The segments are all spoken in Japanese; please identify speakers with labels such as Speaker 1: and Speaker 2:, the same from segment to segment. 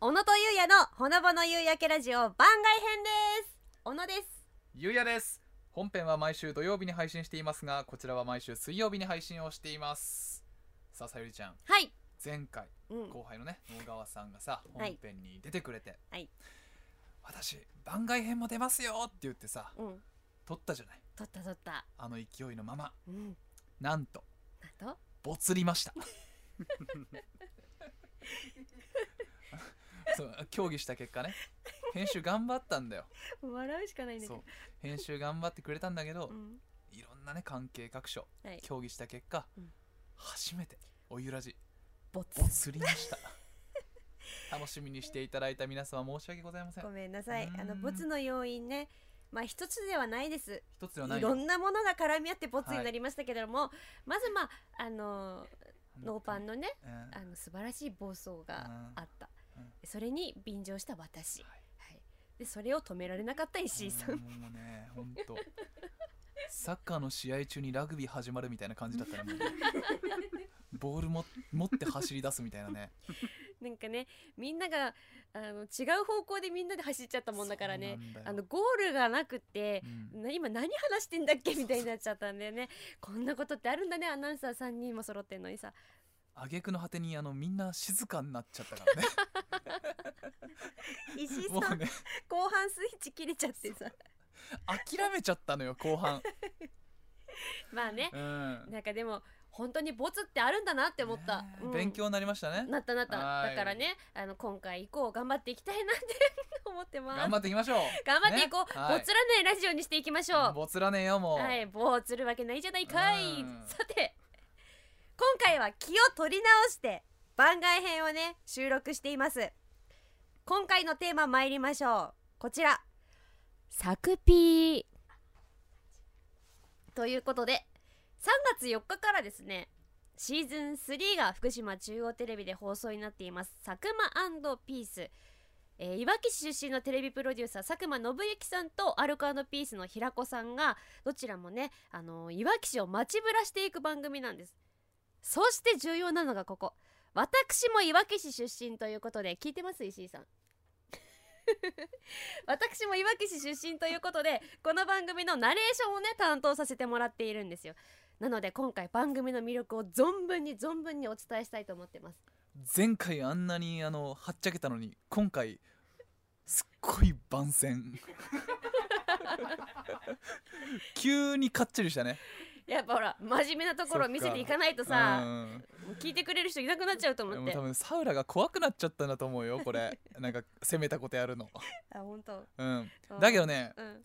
Speaker 1: 小野とゆうやのほのぼの夕焼けラジオ番外編です小野です
Speaker 2: ゆうやです本編は毎週土曜日に配信していますがこちらは毎週水曜日に配信をしていますさあさゆりちゃん
Speaker 1: はい、
Speaker 2: 前回
Speaker 1: うん、
Speaker 2: 後輩のね野川さんがさ
Speaker 1: は
Speaker 2: 本
Speaker 1: い
Speaker 2: 編に出てくれて、
Speaker 1: はい
Speaker 2: 私番外編も出ますよって言ってさ
Speaker 1: うん、
Speaker 2: 撮ったじゃない
Speaker 1: 取った取った
Speaker 2: あの勢いのまま
Speaker 1: うん、
Speaker 2: なんと
Speaker 1: なんと
Speaker 2: 没り ましたそう協議した結果ね編集頑張ったんだよ
Speaker 1: 笑うしかないんだけ
Speaker 2: そう
Speaker 1: ど
Speaker 2: 編集頑張ってくれたんだけど、
Speaker 1: ん、
Speaker 2: いろんなね関係各所
Speaker 1: はい、
Speaker 2: 協議した結果、
Speaker 1: うん
Speaker 2: 初めておゆらじ
Speaker 1: ボツ
Speaker 2: お釣りました 楽しみにしていただいた皆様申し訳ございません
Speaker 1: ごめんなさいあの
Speaker 2: うん
Speaker 1: ボツの要因ねまあ一つではないです
Speaker 2: 一つではないい
Speaker 1: ろ
Speaker 2: よ
Speaker 1: んなものが絡み合ってボツになりましたけれども、まずまああのノーパンのね
Speaker 2: うん
Speaker 1: あの素晴らしい暴走があった、
Speaker 2: うんうん
Speaker 1: それに便乗した私、
Speaker 2: はい
Speaker 1: はい、でそれを止められなかった石井さん、
Speaker 2: もうね本当サッカーの試合中にラグビー始まるみたいな感じだったらも うボールも持って走り出すみたいなね
Speaker 1: なんかねみんながあの違う方向でみんなで走っちゃったもんだからね
Speaker 2: そうなんだよ
Speaker 1: あのゴールがなくて
Speaker 2: う、ん
Speaker 1: な今何話してんだっけみたいになっちゃったんだよねこんなことってあるんだねアナウンサー3人も揃ってんのにさ
Speaker 2: 挙句の果てにあのみんな静かになっちゃっ たからね
Speaker 1: 石井さん
Speaker 2: もうね
Speaker 1: 後半スイッチ切れちゃってさ
Speaker 2: 諦めちゃったのよ後半
Speaker 1: まあね
Speaker 2: うん
Speaker 1: なんかでも本当にボツってあるんだなって思った、
Speaker 2: ね
Speaker 1: うん
Speaker 2: 勉強になりましたね
Speaker 1: なったなった
Speaker 2: はい
Speaker 1: だからねあの今回以降頑張っていきたいなって思ってます
Speaker 2: 頑張っていきましょう
Speaker 1: 頑張っていこう、
Speaker 2: ねはい
Speaker 1: ボツらないラジオにしていきましょう
Speaker 2: ボツらねえよもう、
Speaker 1: はいボツるわけないじゃないかい
Speaker 2: うん
Speaker 1: さて今回は気を取り直して番外編をね収録しています今回のテーマ参りましょうこちら作ピーということで3月4日からですねシーズン3が福島中央テレビで放送になっています「佐久間ピース」えーいわき市出身のテレビプロデューサー佐久間信之さんとアルコピースの平子さんがどちらもね、あのいわき市を街ぶらしていく番組なんですそして重要なのがここ私もいわき市出身ということで聞いてます石井さん 私もいわき市出身ということでこの番組のナレーションをね担当させてもらっているんですよなので今回番組の魅力を存分に存分にお伝えしたいと思ってます
Speaker 2: 前回あんなにあのはっちゃけたのに今回すっごい 番宣急にかっちりしたね
Speaker 1: やっぱほら真面目なところを見せていかないとさ
Speaker 2: さ
Speaker 1: もう聞いてくれる人いなくなっちゃうと思
Speaker 2: も
Speaker 1: っ
Speaker 2: う
Speaker 1: て
Speaker 2: 多分サウラが怖くなっちゃったんだと思うよ これなんか攻めたことやるの、
Speaker 1: あ本当
Speaker 2: うん、だけ
Speaker 1: ど
Speaker 2: どね
Speaker 1: うん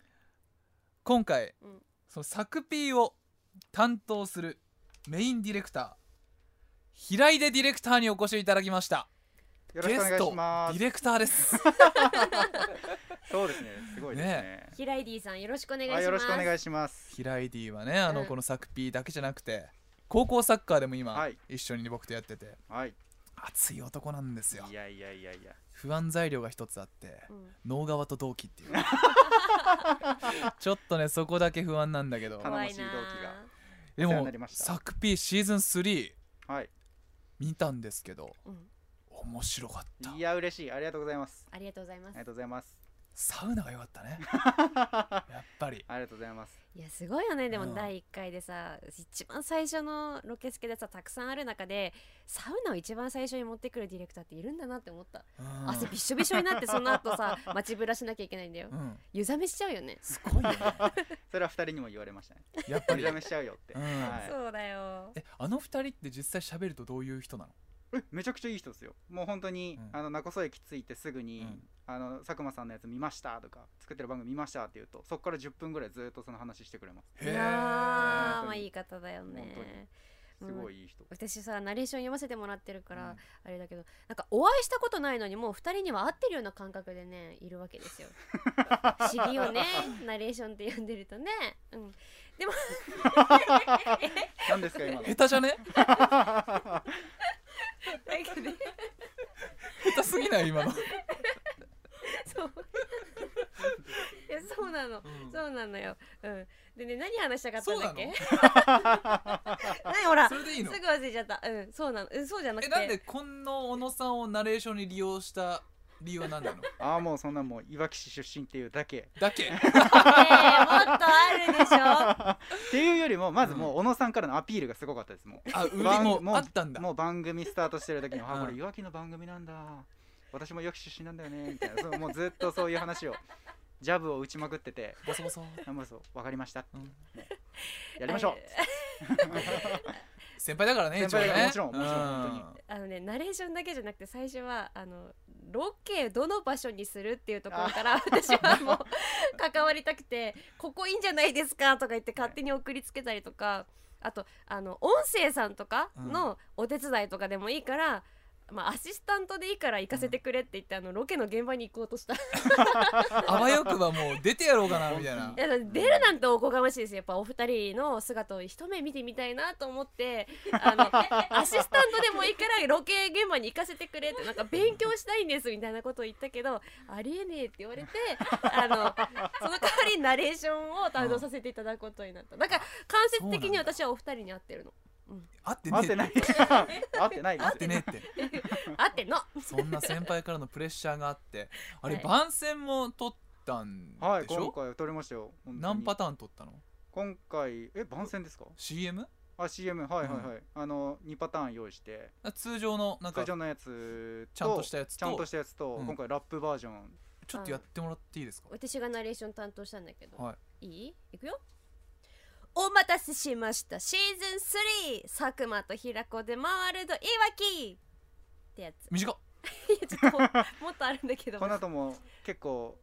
Speaker 2: 今回、
Speaker 1: うん
Speaker 2: その作 P を担当するメインディレクター平井出ディレクターにお越しいただきました
Speaker 3: よろしくお願いしま
Speaker 2: ゲストディ
Speaker 3: す。
Speaker 2: レクターです
Speaker 3: そうですね、すごいですね。
Speaker 1: 平井 D さんよろしくお願いしま
Speaker 3: あ、
Speaker 1: す
Speaker 3: よろしくお願いします。
Speaker 2: 平井 D はねあの、
Speaker 1: うん
Speaker 2: この作 P だけじゃなくて高校サッカーでも今、
Speaker 3: はい
Speaker 2: 一緒に僕とやってて
Speaker 3: はい。
Speaker 2: 熱い男なんですよ
Speaker 3: いやいやいやいや。
Speaker 2: 不安材料が一つあって
Speaker 1: うん
Speaker 2: 能川と同期っていう ちょっとねそこだけ不安なんだけど
Speaker 3: 頼
Speaker 1: 怖
Speaker 3: もし
Speaker 1: い
Speaker 3: い
Speaker 1: な
Speaker 3: 同期が
Speaker 1: あ
Speaker 2: で
Speaker 3: お世話に
Speaker 2: も
Speaker 3: なりました
Speaker 2: 作 P シーズン3
Speaker 3: はい。
Speaker 2: 見たんですけど
Speaker 1: うん
Speaker 2: 面白かった
Speaker 3: いや、嬉しい。ありがとうございます。
Speaker 1: ありがとうございま
Speaker 3: あ
Speaker 1: す
Speaker 3: りがとうございます。
Speaker 2: サウナが良かった ねやっぱり
Speaker 3: ありがとうございます。
Speaker 1: いやすごいよねでも
Speaker 2: うん
Speaker 1: 第1回でさ一番最初のロケスケでさたくさんある中でサウナを一番最初に持ってくるディレクターっているんだなって思った
Speaker 2: うん
Speaker 1: 汗びっしょびしょになってその後 さ街ぶらしなきゃいけないんだよ
Speaker 2: うん
Speaker 1: 湯冷めしちゃうよね
Speaker 2: すごいよね
Speaker 3: それは二人にも言われましたね。
Speaker 2: やっぱ
Speaker 3: 取
Speaker 2: り
Speaker 3: りだめしちゃうよって。
Speaker 2: うん
Speaker 3: は
Speaker 1: そうだよ
Speaker 2: えあの二人って実際喋るとどういう人なの
Speaker 3: い。えめちゃくちゃいい人ですよ。もう本当に、
Speaker 2: うん
Speaker 3: あの中曽駅着いてすぐに、
Speaker 2: うん
Speaker 3: あの佐久間さんのやつ見ましたとか作ってる番組見ましたって言うとそこから10分ぐらいずっとその話してくれます
Speaker 1: いやー
Speaker 2: へ
Speaker 1: まあいい方だよね
Speaker 3: 本
Speaker 1: う
Speaker 3: す
Speaker 1: ん
Speaker 3: ごいいい人、
Speaker 1: 私さナレーション読ませてもらってるから、
Speaker 3: うん
Speaker 1: あれだけどなんかお会いしたことないのにもう二人には合ってるような感覚でねいるわけですよ不思議よねナレーションって呼んでるとね、うん、でも
Speaker 3: 何ですか今の
Speaker 2: え下手じゃね
Speaker 1: なんかね
Speaker 2: 下手すぎない今の、
Speaker 1: そう いやそうなのそうなのよ、うん、でね何話したかったんだっけ 何ほら
Speaker 2: それでいい
Speaker 1: すぐ
Speaker 2: の
Speaker 1: 忘れちゃったうんそうなのうんそうじゃなく
Speaker 2: え
Speaker 1: て
Speaker 2: なんでこの小野さんをナレーションに利用した理由は 何なの
Speaker 3: ああもうそんなもういわき市出身っていうだけ
Speaker 2: だけ
Speaker 1: えもっとあるでしょ
Speaker 3: っていうよりもまずもう小野さんからのアピールがすごかったですもう
Speaker 2: あ売り
Speaker 3: 番
Speaker 2: も
Speaker 3: もう
Speaker 2: あったんだ
Speaker 3: もう番組スタートしてる時に「あ
Speaker 2: うん
Speaker 3: これいわきの番組なんだ私もいわき出身なんだよね」みたいなそうもうずっとそういう話をジャブを打ちまくってて
Speaker 2: ボソボソ、
Speaker 3: 「あもうそう分かりました
Speaker 2: うん、」
Speaker 3: やりましょう
Speaker 2: 先輩だからね
Speaker 3: 先輩だから
Speaker 2: 一応ね
Speaker 3: もちろんもちろん
Speaker 2: う
Speaker 3: 本
Speaker 1: あのねナレーションだけじゃなくて最初はあのロケどの場所にするっていうところから私はもう関わりたくて「ここいいんじゃないですか」とか言って勝手に送りつけたりとかあとあの音声さんとかのお手伝いとかでもいいから、まあ、アシスタントでいいから行かせてくれって言って、あのロケの現場に行こうとしたい
Speaker 2: あわよくばもう出てやろうかなみたい な
Speaker 3: 本
Speaker 1: や出るなんておこがましいですよやっぱお二人の姿を一目見てみたいなと思ってあのアシスタントでもいいからロケ現場に行かせてくれってなんか勉強したいんですみたいなことを言ったけどありえねえって言われてあのその代わりナレーションを担当させていただくことになっただから間接的に私はお二人に会ってるの
Speaker 2: 合ってね
Speaker 3: 合
Speaker 2: え
Speaker 3: ってない合ってな
Speaker 2: 合って
Speaker 3: いです
Speaker 2: ねえって
Speaker 1: 会ってんの
Speaker 2: そんな先輩からのプレッシャーがあってあれ、
Speaker 1: はい
Speaker 2: 番宣も取ったんでしょ、
Speaker 3: はい今回撮れましたよ本当に
Speaker 2: 何パターン取ったの
Speaker 3: 今回え番宣ですか
Speaker 2: CM?
Speaker 3: あ CM はいはいはい、あの2パターン用意して
Speaker 2: あ通常のなんか
Speaker 3: 通
Speaker 2: ち
Speaker 3: 常のやつと
Speaker 2: ゃんとしたやつ
Speaker 3: ちゃんと
Speaker 2: と
Speaker 3: したやつと、
Speaker 2: うん
Speaker 3: 今回ラップバージョン
Speaker 2: ちょっとやってもらっていいですか
Speaker 1: 私がナレーション担当したんだけど、、
Speaker 2: はい
Speaker 1: いいくよお待たせしましたシーズン3佐久間と平子で回るといわきってやつ
Speaker 2: 短っ
Speaker 1: いやちょっとも もっとあるんだけど
Speaker 3: この後も結構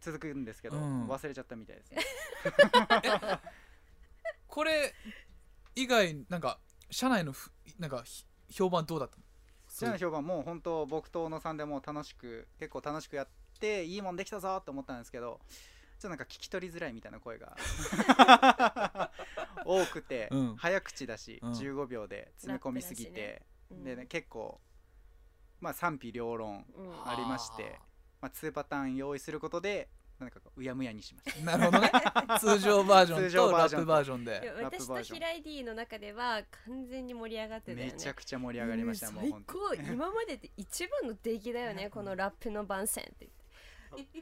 Speaker 3: 続くんですけど、
Speaker 2: うん
Speaker 3: 忘れちゃったみたいですね
Speaker 2: これ以外なんか社内のふなんかひ評判どうだったの
Speaker 3: その評判もう本当僕と小野さんでもう楽しく結構楽しくやっていいもんできたぞと思ったんですけどちょっとなんか聞き取りづらいみたいな声が 多くて、
Speaker 2: うん
Speaker 3: 早口だし、
Speaker 2: うん
Speaker 3: 15秒で詰め込みすぎて、
Speaker 1: うん
Speaker 3: でね結構まあ賛否両論、
Speaker 1: うん
Speaker 3: ありましてまあ、2パターン用意することでなんかこううやむやにしました
Speaker 2: なるほどね 通常バージョン
Speaker 3: 通常
Speaker 2: と
Speaker 3: バー
Speaker 2: ラ
Speaker 3: ジ
Speaker 2: ッ
Speaker 3: ョン
Speaker 2: プバージョンで
Speaker 1: いや
Speaker 3: ラッ
Speaker 1: 私
Speaker 3: プバ
Speaker 1: と
Speaker 3: ージョン
Speaker 1: 平井 D の中では完全に盛り上がってたよ
Speaker 3: め
Speaker 1: ね
Speaker 3: ちゃくちゃ盛り上がりました、
Speaker 1: うん
Speaker 3: もう本当
Speaker 1: 最高今までで一番の出来だよねこのラップの番宣 って言って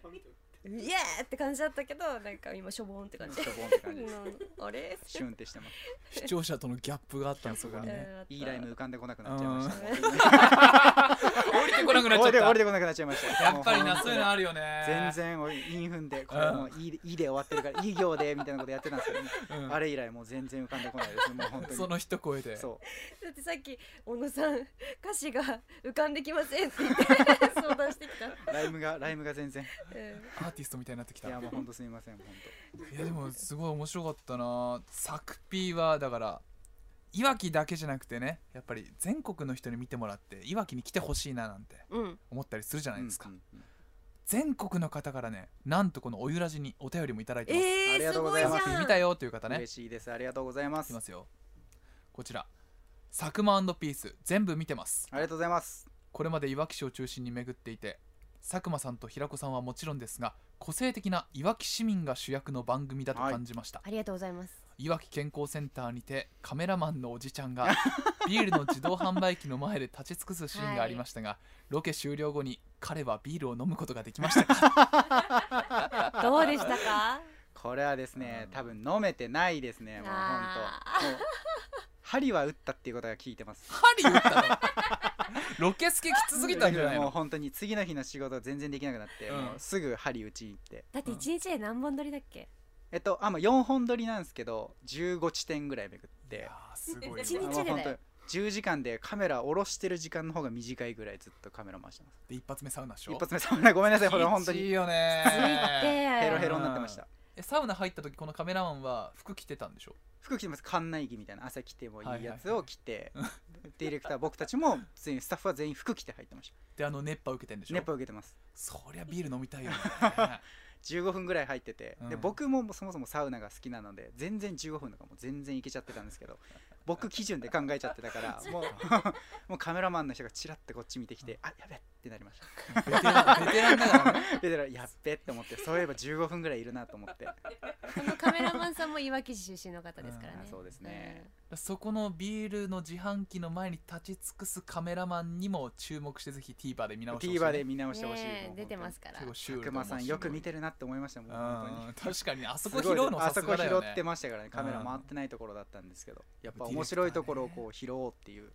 Speaker 1: イエーって感じだったけどなんか今しょぼーんって感
Speaker 3: に
Speaker 1: じ
Speaker 3: ちょっとボンって感じです
Speaker 1: うんあれ
Speaker 3: シュンってしてます
Speaker 2: 視聴者とのギャップがあったの
Speaker 3: ギャ
Speaker 2: そ
Speaker 3: ップ
Speaker 2: こ
Speaker 3: が
Speaker 2: にね
Speaker 1: うん
Speaker 3: いいライム浮かんでこなくなっちゃいました
Speaker 1: うん
Speaker 3: もう
Speaker 2: 降りてこなくなっち ゃ
Speaker 3: 俺
Speaker 2: っ
Speaker 3: で
Speaker 2: た
Speaker 3: 俺でこなくなっちゃいました
Speaker 2: やっぱりな
Speaker 3: もう
Speaker 2: そういうのあるよね
Speaker 3: 全然俺インフンでこれもういいいいで終わってるからいい行でみたいなことやってたんですけど、ね
Speaker 2: うん
Speaker 3: あれ以来もう全然浮かんでこないですもう本当 に
Speaker 2: その一声で
Speaker 3: そ
Speaker 1: だってさっき小野さん歌詞が浮かんできませんって言って 相談してきた、
Speaker 3: うライムがライムが全然
Speaker 1: うん
Speaker 2: アーティストみたいになってき
Speaker 3: い
Speaker 2: たい
Speaker 3: や
Speaker 2: や
Speaker 3: もう本当すみません本
Speaker 2: でもすごい面白かったな作 P はだからいわきだけじゃなくてねやっぱり全国の人に見てもらっていわきに来てほしいななんて
Speaker 1: うん、
Speaker 2: 思ったりするじゃ
Speaker 3: 当
Speaker 2: ないですか、
Speaker 3: うんうん
Speaker 2: 全国の方からねなんとこのおゆらじにお便りもいただいて
Speaker 1: え
Speaker 2: ます、
Speaker 3: あり
Speaker 1: ー、
Speaker 3: が
Speaker 1: す
Speaker 3: とうご
Speaker 1: ごい
Speaker 3: ざ
Speaker 1: じ
Speaker 3: い
Speaker 1: ゃ
Speaker 3: ます
Speaker 2: 見
Speaker 1: ん
Speaker 2: たよという方ね
Speaker 3: 嬉しいですありがとうございま
Speaker 2: い
Speaker 3: す
Speaker 2: きますよこちら佐久間ピース全部見てます
Speaker 3: ありがとうございます
Speaker 2: これまでいわき市を中心に巡っていて佐久間さんと平子さんはもちろんですが個性的ないわき市民が主役の番組だと感じました、
Speaker 1: ありがとうございます
Speaker 2: いわき健康センターにてカメラマンのおじちゃん がビールの自動販売機の前で立ち尽くすシーンがありましたが、ロケ終了後に彼はビールを飲むことができました か
Speaker 1: どうでしたか
Speaker 3: これはですね、
Speaker 2: うん
Speaker 3: 多分飲めてないですねもう
Speaker 1: あ
Speaker 3: 本当もう針は打ったっていうことが聞いてます
Speaker 2: 針打ったのロケスケきつすぎたんじゃない
Speaker 3: もう
Speaker 2: の
Speaker 3: 本当に次の日の仕事が全然できなくなって、
Speaker 2: うん
Speaker 3: もうすぐ針打ちに行って
Speaker 1: だって一日で何本撮りだっけ
Speaker 3: えっとあまあ4本撮りなんですけど15地点ぐらい巡っ
Speaker 2: い
Speaker 3: て
Speaker 2: やーすごいわ
Speaker 1: 一
Speaker 3: あもう
Speaker 1: 日でだよ
Speaker 3: 本当に10時間でカメラ下ろしてる時間の方が短いぐらいずっとカメラ回してます
Speaker 2: で一発目サウナでしょ
Speaker 3: 一発目サウナごめんなさいこれ本当
Speaker 2: きつい
Speaker 3: に
Speaker 2: よ
Speaker 1: ついて
Speaker 2: ね
Speaker 3: ヘロヘロになってました
Speaker 2: えサウナ入った時このカメラマンは服着てたんでしょ
Speaker 3: 服着てます館内着みたいな朝着てもいいやつ
Speaker 2: はいはいは
Speaker 3: を
Speaker 2: い
Speaker 3: 着て、ディレクター僕たちも全員スタッフは全員服着て入ってまし
Speaker 2: であの熱波受けてんで
Speaker 3: た
Speaker 2: しょ
Speaker 3: 熱波受けてます
Speaker 2: そりゃビール飲みたいよね
Speaker 3: 15分ぐらい入ってて、
Speaker 2: うん
Speaker 3: で僕ももうそもそもサウナが好きなので全然15分とかもう全然いけちゃってたんです けど僕基準で考えちゃってたからもう もうカメラマンの人がチラッてこっち見てきて「あやべ」ってなりました
Speaker 2: ベテランベテランだからね
Speaker 3: でだからやっべって思ってそういえば15分ぐらいいるなと思って
Speaker 1: このカメラマンさんもいわき市出身の方ですからね
Speaker 3: うんそうですね
Speaker 1: うん
Speaker 2: らそこのビールの自販機の前に立ち尽くすカメラマンにも注目してぜひ TVer で見直してほしい、
Speaker 3: TVer で見直してほしい、
Speaker 1: ねえ
Speaker 3: もう
Speaker 1: 出てますから
Speaker 2: 結構シュール
Speaker 3: 佐
Speaker 2: だ
Speaker 3: 久間さんよく見
Speaker 2: て
Speaker 3: てるなって思いましたもん本当に
Speaker 2: 確かにあそ
Speaker 3: す
Speaker 2: こ
Speaker 3: ごい
Speaker 2: 拾うの
Speaker 3: あ
Speaker 2: さす
Speaker 3: そこ
Speaker 2: がだよ
Speaker 3: 拾
Speaker 2: ね
Speaker 3: ってましたからねカメラ
Speaker 2: うん
Speaker 3: 回ってないところだったんですけどやっ
Speaker 2: ディレクタ
Speaker 3: ぱ
Speaker 2: ーね
Speaker 3: 面白いところをこう拾おうっていう
Speaker 2: うん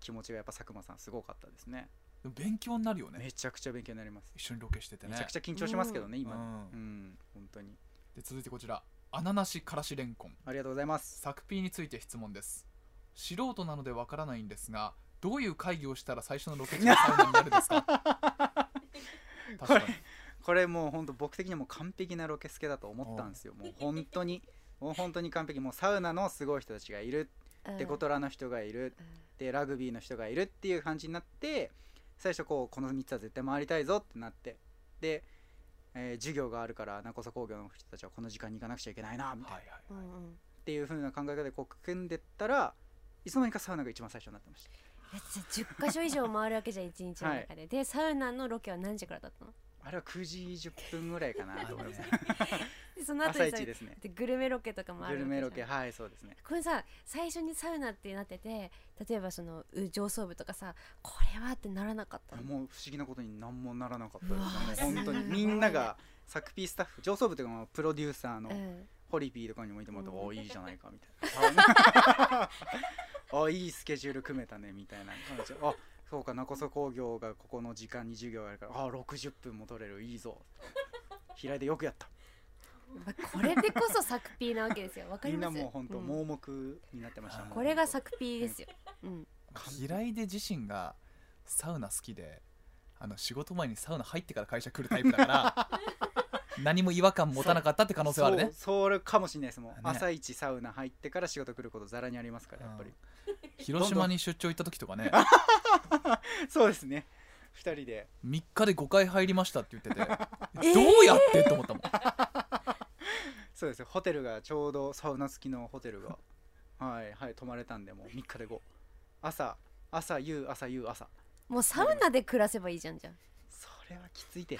Speaker 3: 気持ちがやっぱ佐久間さんすごかったですね
Speaker 2: でも勉強になるよね
Speaker 3: めちゃくちゃ勉強になります
Speaker 2: 一緒にロケしててね
Speaker 3: めちゃくちゃ緊張しますけどね
Speaker 2: う
Speaker 3: 今
Speaker 2: ん
Speaker 3: うん本当に
Speaker 2: で続いてこちらアナナシからしれんこん
Speaker 3: ありがとうございます
Speaker 2: 作品について質問です素人なのでわからないんですがどういう会議をしたら最初のロケ地がサウナになるです か確かに
Speaker 3: これもう本当僕的にはもう完璧なロケスケだと思ったんですよ もう本当にもう本当に完璧もうサウナのすごい人たちがいるデコトラの人がいるでラグビーの人がいるっていう感じになって最初こうこの3つは絶対回りたいぞってなってで、えー授業があるから名古屋工業の人たちはこの時間に行かなくちゃいけないなみたいな
Speaker 2: はい
Speaker 1: うん
Speaker 2: はい、
Speaker 1: う
Speaker 2: はい
Speaker 1: んうん
Speaker 3: っていう風な考え方でこう組んでったらいつの間にかサウナが一番最初になってました
Speaker 1: えじゃあ10か所以上回るわけじゃん一日の中で、でサウナのロケは何時からだったの
Speaker 3: あれは9時10分ぐらい かな
Speaker 2: そうですね
Speaker 1: でその後
Speaker 3: 朝
Speaker 1: にさ
Speaker 3: 一ですね
Speaker 1: でグルメロケとかもあ
Speaker 3: グ
Speaker 1: るわけじ
Speaker 3: ル
Speaker 1: ゃん
Speaker 3: メロケはいそうですね
Speaker 1: これさ最初にサウナってなってて例えばそのう上層部とかさこれはってならなかったの
Speaker 3: もう不思議なことに何もならなかったで
Speaker 1: う
Speaker 3: す
Speaker 1: わ
Speaker 3: ね
Speaker 1: ー
Speaker 3: 本当に
Speaker 1: すごい
Speaker 3: みんなが作ピースタッフ上層部というかまあプロデューサーの
Speaker 1: うん
Speaker 3: ホリピーとかにもいてもらって、
Speaker 1: うん
Speaker 3: おおいいじゃないかみたいな あいいスケジュール組めたねみたいな感じあそうかこそ工業がここの時間に授業があるからあ60分も取れるいいぞ 平井でよくやった
Speaker 1: まあこれでこそ作ピーなわけですよわか
Speaker 3: み
Speaker 1: り
Speaker 3: ん
Speaker 1: ま
Speaker 3: な
Speaker 1: す
Speaker 3: もう本当
Speaker 1: ん
Speaker 3: 盲目になってました、
Speaker 2: うん
Speaker 1: これが
Speaker 3: さ
Speaker 1: 作ピーですよ、うん、
Speaker 2: 平井で自身がサウナ好きであの仕事前にサウナ入ってから会社来るタイプだから 何も違和感持たなかったって可能性はあるね
Speaker 3: そうそれかもしれないですもう、
Speaker 2: ね
Speaker 3: 朝一サウナ入ってから仕事来ることざらにありますからやっぱり、
Speaker 2: 広島に出張行った時とかね
Speaker 3: そうですね2人で
Speaker 2: 3日で5回入りましたって言っててどうやってって思ったもん
Speaker 3: そうですよホテルがちょうどサウナ付きのホテルがはいはい泊まれたんでもう3日で5朝朝夕朝夕朝
Speaker 1: もうサウナで暮らせばいいじゃんじゃん
Speaker 3: それはきついて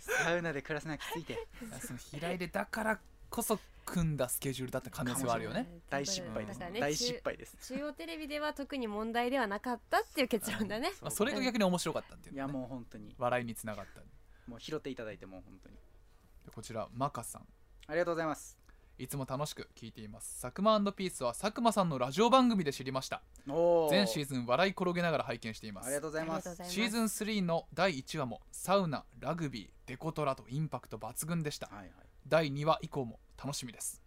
Speaker 3: サウナで暮らすのはきついて
Speaker 2: いやその平井でだからこそ組んだスケジュールだった可能性はあるよね
Speaker 3: 大失敗です、
Speaker 1: だからね
Speaker 3: 大失敗です
Speaker 1: 中中央テレビでは特に問題ではなかったっていう結論だね
Speaker 2: まあ、それが逆に面白かったっていう
Speaker 3: い
Speaker 2: の
Speaker 3: や
Speaker 2: がね、
Speaker 3: もう本当に
Speaker 2: 笑いにつながったで
Speaker 3: もう拾っていただいてもう本当に
Speaker 2: こちらマカさん
Speaker 3: ありがとうございます
Speaker 2: いつも楽しく聞いています佐久間ピースは佐久間さんのラジオ番組で知りました
Speaker 3: おー
Speaker 2: 全シーズン笑い転げながら拝見していま
Speaker 3: ありが
Speaker 2: す
Speaker 3: とうございます
Speaker 1: ありがとうございます
Speaker 2: シーズン3の第1話もサウナラグビーデコトラとインパクト抜群でした
Speaker 3: はいはい
Speaker 2: 第2話以降も楽しみです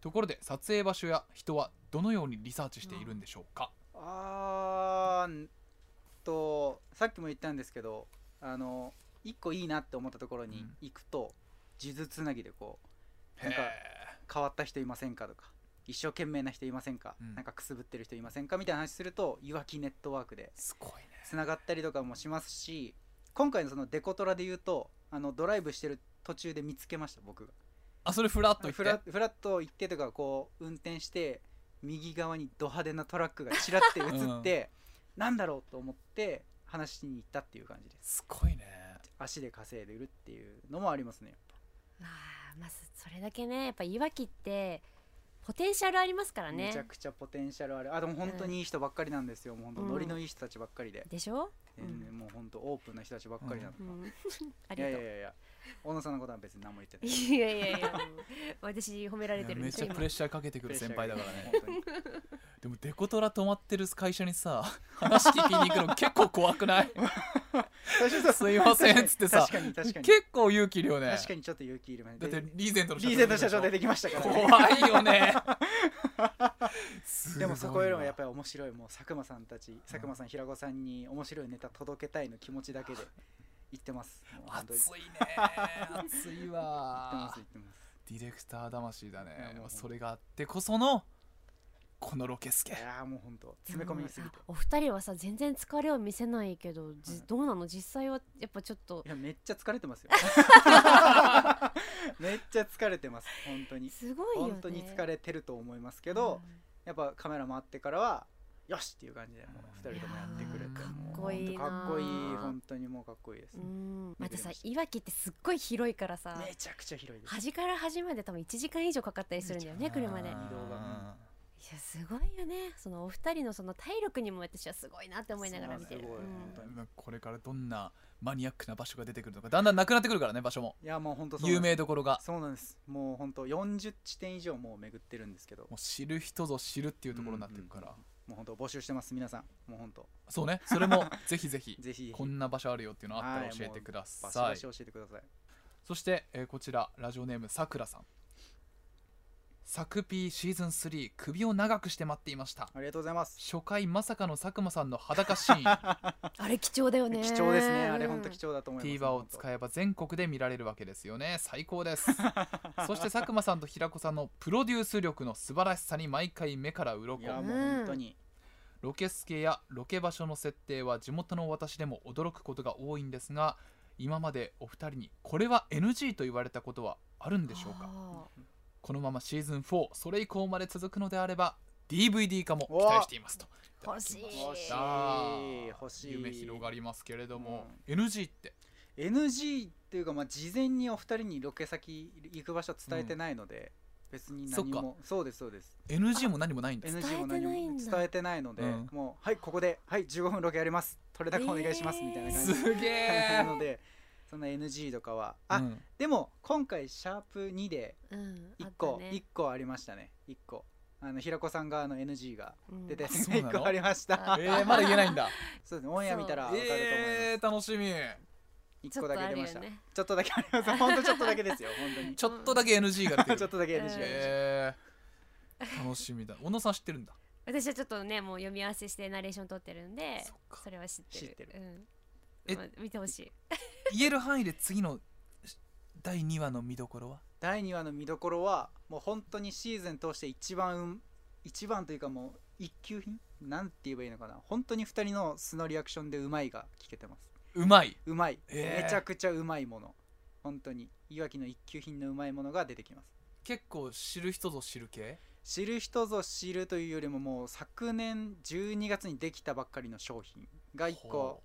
Speaker 2: ところで撮影場所や人はどのようにリサーチしているんでしょうか、
Speaker 3: あーんとさっきも言ったんですけどあの一個いいなって思ったところに行くと、数珠つなぎでこうなんか
Speaker 2: へ
Speaker 3: 変わった人いませんかとか一生懸命な人いませんか、
Speaker 2: うん
Speaker 3: なんかくすぶってる人いませんかみたいな話するといわきネットワークで
Speaker 2: ーすごいね
Speaker 3: つながったりとかもしますし今回のそのデコトラで言うとあのドライブしてる途中で見つけました僕が
Speaker 2: あそれフラッと言って
Speaker 3: フラフラッと行ってとかこう運転して右側にド派手なトラックがちらって映って、なんだろうと思って話しに行ったっていう感じです
Speaker 2: すごいね
Speaker 3: 足で稼いでるっていうのもありますね
Speaker 1: まあまずそれだけねやっぱいわきってポテンシャルありますから
Speaker 3: め
Speaker 1: ね
Speaker 3: ちゃくちゃポテンシャルあるあでも本当にいい人ばっかりなんですよもう本当
Speaker 1: うん
Speaker 3: ノリのいい人たちばっかりで、
Speaker 1: でしょ、うん
Speaker 3: 全然もう本当オープンな人たちばっかりなの、
Speaker 1: う
Speaker 3: い
Speaker 1: ん、あり
Speaker 3: や
Speaker 1: が
Speaker 3: い
Speaker 1: と
Speaker 3: や
Speaker 1: う
Speaker 3: いやいや小野さんのことは別に何も言ってない
Speaker 1: いやいやいやもう私褒められてるん
Speaker 2: め
Speaker 1: で
Speaker 2: っ
Speaker 1: す
Speaker 2: ち
Speaker 1: よ
Speaker 2: ゃ
Speaker 1: 今
Speaker 2: プレッシャーかけてくる先輩だからね
Speaker 3: 本当に
Speaker 2: でもデコトラ泊まってる会社にさ話聞きに行くの結構怖くない すいませんっつってさ
Speaker 3: 確かに確かに
Speaker 2: 結構勇気いるよね
Speaker 3: 確かにちょっと勇気いるね
Speaker 2: だって
Speaker 3: で
Speaker 2: リーゼントの
Speaker 3: リーゼント社長出
Speaker 2: で
Speaker 3: てきましたからね
Speaker 2: 怖いよ ね
Speaker 3: でもそこよりもやっ
Speaker 2: ぱ
Speaker 3: ぱり面白いもう佐久間さんたち佐久間さん平子さんに面白いネタ届けたいの気持ちだけで言ってますもう本当に
Speaker 2: 熱いね熱い
Speaker 3: 言ってま
Speaker 2: わ
Speaker 3: す言ってます
Speaker 2: ディレクター魂だ
Speaker 3: いや
Speaker 2: ね
Speaker 3: もうほんと
Speaker 2: それがあってこそのこのロケスケ
Speaker 3: いやーもう本当詰め込みすぎて
Speaker 1: お二人はさ全然疲れを見せないけど、じ
Speaker 3: うん
Speaker 1: どうなの実際はやっぱちょっと
Speaker 3: いやめっちゃ疲れてますよめっちゃ疲れてます本当に
Speaker 1: すごいよね
Speaker 3: 本当に疲れてると思いますけど、やっぱカメラ回ってからはよしっていう感じでもう2人ともやってくれ
Speaker 2: い
Speaker 3: て
Speaker 2: やーか
Speaker 3: もう
Speaker 2: っこ
Speaker 1: いいなー
Speaker 3: ほんとかっこいい本当にもうかっこいいです、
Speaker 1: うんまたさ
Speaker 3: 巡りました
Speaker 1: いわきってすっごい広いからさ
Speaker 3: めちゃくちゃ広いです
Speaker 1: 端から端まで多分1時間以上かかったりするんだよね車でい
Speaker 2: あ
Speaker 1: や
Speaker 2: ー
Speaker 3: 移動が
Speaker 1: すごいよねそのお二人のその体力にも私はすごいなって思いながら見てる
Speaker 3: そうすごい
Speaker 1: うん
Speaker 3: 本当に
Speaker 2: まあこれからどんなマニアックな場所が出てくるのかだんだんなくなってくるからね場所も
Speaker 3: いやもう本当そう
Speaker 2: 有
Speaker 3: なんです
Speaker 2: 名どころが
Speaker 3: そうなんですもう本当40地点以上もう巡ってるんですけど
Speaker 2: もう知る人ぞ知るっていうところになってくから、
Speaker 3: うんうんもう本当募集してます皆さんもう本当
Speaker 2: そうねそれもぜひぜひ
Speaker 3: ぜひ
Speaker 2: こんな場所あるよっていうのあった
Speaker 3: は
Speaker 2: ら
Speaker 3: い
Speaker 2: 教えてくだ
Speaker 3: バシ
Speaker 2: さ
Speaker 3: バ
Speaker 2: い
Speaker 3: シ教えてください
Speaker 2: そして、えーこちらラジオネームさくらさんサクピーシーズン3首を長くして待っていました
Speaker 3: ありがとうございます
Speaker 2: 初回まさかの佐久間さんの裸 シーン
Speaker 1: あれ貴重だよね
Speaker 3: 貴重ですねあれ本当貴
Speaker 1: 重
Speaker 3: 重だと思います
Speaker 2: TVer を使えば全国で見られるわけですよね最高ですそして佐久間さんと平子さんのプロデュース力の素晴らしさに毎回目から鱗
Speaker 3: いやもう本当に
Speaker 2: ロケスケやロケ場所の設定は地元の私でも驚くことが多いんですが今までお二人にこれは NG と言われたことはあるんでしょうかこのままシーズン4それ以降まで続くのであれば DVD 化も期待していますと
Speaker 1: 欲しい
Speaker 2: ただきま
Speaker 3: 欲し
Speaker 2: し
Speaker 3: い
Speaker 2: た
Speaker 3: 欲しい
Speaker 2: 夢広がりますけれども、
Speaker 3: う
Speaker 2: NG って
Speaker 3: NG っていうか、まあ、事前にお二人にロケ先行く場所伝えてないので、別に何もそうですそうです
Speaker 2: NG も何もないんだ
Speaker 3: NG も
Speaker 1: 伝えて
Speaker 3: 何
Speaker 1: ないん
Speaker 3: も
Speaker 1: だ
Speaker 3: 伝えてないので、
Speaker 2: うん
Speaker 3: もうはいここではい15分ロケやります取れ高お願いします、
Speaker 1: えー
Speaker 3: みたいな 感じ
Speaker 2: すげ
Speaker 3: な
Speaker 2: え
Speaker 3: のでそんな NG とかはあ、
Speaker 2: うん
Speaker 3: でも今回シャープ2で
Speaker 1: うん
Speaker 3: 1個、
Speaker 1: あったね
Speaker 3: 一個ありましたね1個あの平子さん側の NG が出て
Speaker 1: うん
Speaker 2: そうなの
Speaker 3: 1個ありまし
Speaker 1: あ
Speaker 3: た
Speaker 2: えー、まだ言えないんだ
Speaker 3: そうですねオンエア見たら分かると思います、
Speaker 2: えー、楽しみ
Speaker 3: 1個だけ出まし
Speaker 1: ちょ
Speaker 3: た
Speaker 1: っとあるよね
Speaker 3: ちょっとだけありますほんとちょっとだけですよ本当 に
Speaker 2: ちょっとだけ NG が出てくる
Speaker 3: ちょっとだけ NG が出ました
Speaker 2: えー、楽しみだ小野さん知ってるんだ
Speaker 1: 私はちょっとねもう読み合わせしてナレーション取ってるんで
Speaker 2: そっか
Speaker 1: それは知ってる
Speaker 3: 知ってる
Speaker 1: うん
Speaker 2: え
Speaker 1: まあ見てほしい
Speaker 2: 言える範囲で次のし第2話の見どころは
Speaker 3: 第2話の見どころはもう本当にシーズン通して一番うん一番というかもう一級品なんて言えばいいのかな本当に2人の素のリアクションでうまいが聞けてます
Speaker 2: うまいう
Speaker 3: まい、
Speaker 2: えー
Speaker 3: めちゃくちゃうまいもの本当にいわきの一級品のうまいものが出てきます
Speaker 2: 結構知る人ぞ知る系
Speaker 3: 知る人ぞ知るというよりももう昨年12月にできたばっかりの商品が1個
Speaker 2: ほ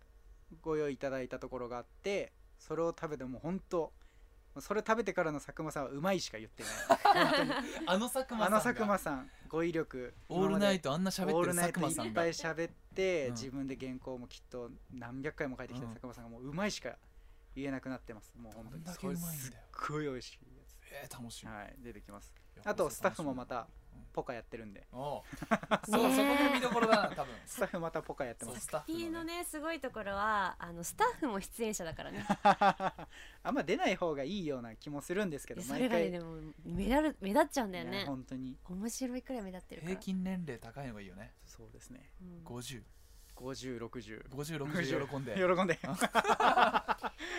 Speaker 3: ご用意いただいたところがあってそれを食べてもう本当それ食べてからの佐久間さんはうまいしか言ってない本当に
Speaker 2: うあの佐久間さんが
Speaker 3: あの佐久間さん語彙力
Speaker 2: オールナイ
Speaker 3: ト
Speaker 2: トあんな喋ってる佐久間さ
Speaker 3: い
Speaker 2: ん
Speaker 3: っ
Speaker 2: が
Speaker 3: ぱい喋って、
Speaker 2: うん
Speaker 3: 自分で原稿もきっと何百回も書いてきた
Speaker 2: うん
Speaker 3: 佐久間さんがもううまいしか言えなくなってますもう本当に
Speaker 2: どんだけ
Speaker 3: それ
Speaker 2: うまいんだよ
Speaker 3: すっごい美味しいや
Speaker 2: えー、楽し
Speaker 3: つ
Speaker 2: み
Speaker 3: はい出てきます
Speaker 2: いや
Speaker 3: あとスタッフもまた
Speaker 2: うん
Speaker 3: ポカやってるんで
Speaker 2: おうそうそこも見どころだな多分
Speaker 3: スタッフまたポカやってま
Speaker 2: そう
Speaker 3: す
Speaker 2: スタッフ
Speaker 1: ピー
Speaker 2: の
Speaker 1: の
Speaker 2: ね
Speaker 1: ねすごいところはあのスタッフも出演者だからね
Speaker 3: あんま出ない方がいいような気もするんですけど
Speaker 1: それがねでも目立る目立っちゃうんだよ
Speaker 3: いや
Speaker 1: ね
Speaker 3: 本当に
Speaker 1: 面白いくらい目立ってるから
Speaker 2: 平均年齢高いのがいいよね
Speaker 3: そうですね
Speaker 1: うん
Speaker 2: 505060
Speaker 3: 5060
Speaker 2: 喜んで
Speaker 3: 喜ん で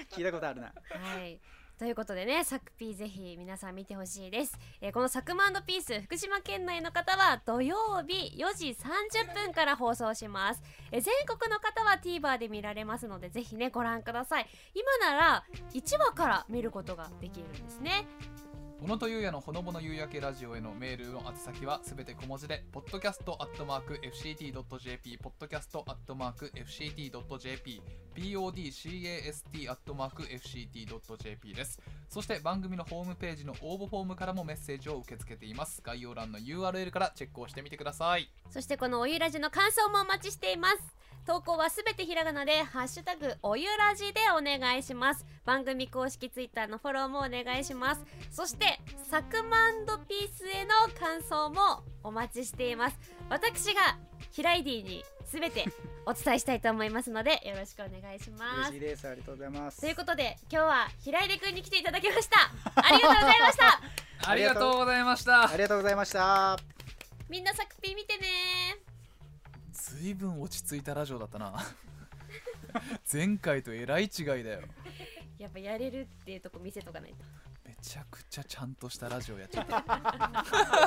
Speaker 3: 聞いたことあるな
Speaker 1: はいということでね、サクピーぜひ皆さん見てほしいです。えーこのサクマンドピース、福島県内の方は土曜日4時30分から放送します。えー全国の方は TVer で見られますので、ぜひね、ご覧ください。今なら1話から見ることができるんですね。
Speaker 2: 小野とゆうやのほのぼの夕焼けラジオへのメールの宛先はすべて小文字で podcast.fct.jp podcast.fct.jp podcast.fct.jp ですそして番組のホームページの応募フォームからもメッセージを受け付けています概要欄の URL からチェックをしてみてください
Speaker 1: そしてこのおゆらじの感想もお待ちしています投稿はすべてひらがなでハッシュタグおゆらじでお願いします番組公式ツイッターのフォローもお願いしますそしてサクマンドピースへの感想もお待ちしています私がヒライディにすべてお伝えしたいと思いますのでよろしくお願いしま
Speaker 3: 嬉
Speaker 1: す
Speaker 3: しいですありがとうございます
Speaker 1: ということで今日は平出くんに来ていただきま したありがとうございました
Speaker 2: あ
Speaker 3: あ
Speaker 2: り
Speaker 3: り
Speaker 2: が
Speaker 3: が
Speaker 2: と
Speaker 3: と
Speaker 2: う
Speaker 3: う
Speaker 2: ございました
Speaker 3: ありがとうございました
Speaker 1: みんなサクピー見てね
Speaker 2: ずいぶん落ち着いたラジオだった な前回とえらい違いだよ
Speaker 1: やっぱやれるっていうとこ見せとかないと
Speaker 2: めちゃくちゃちゃんとしたラジオやっちゃった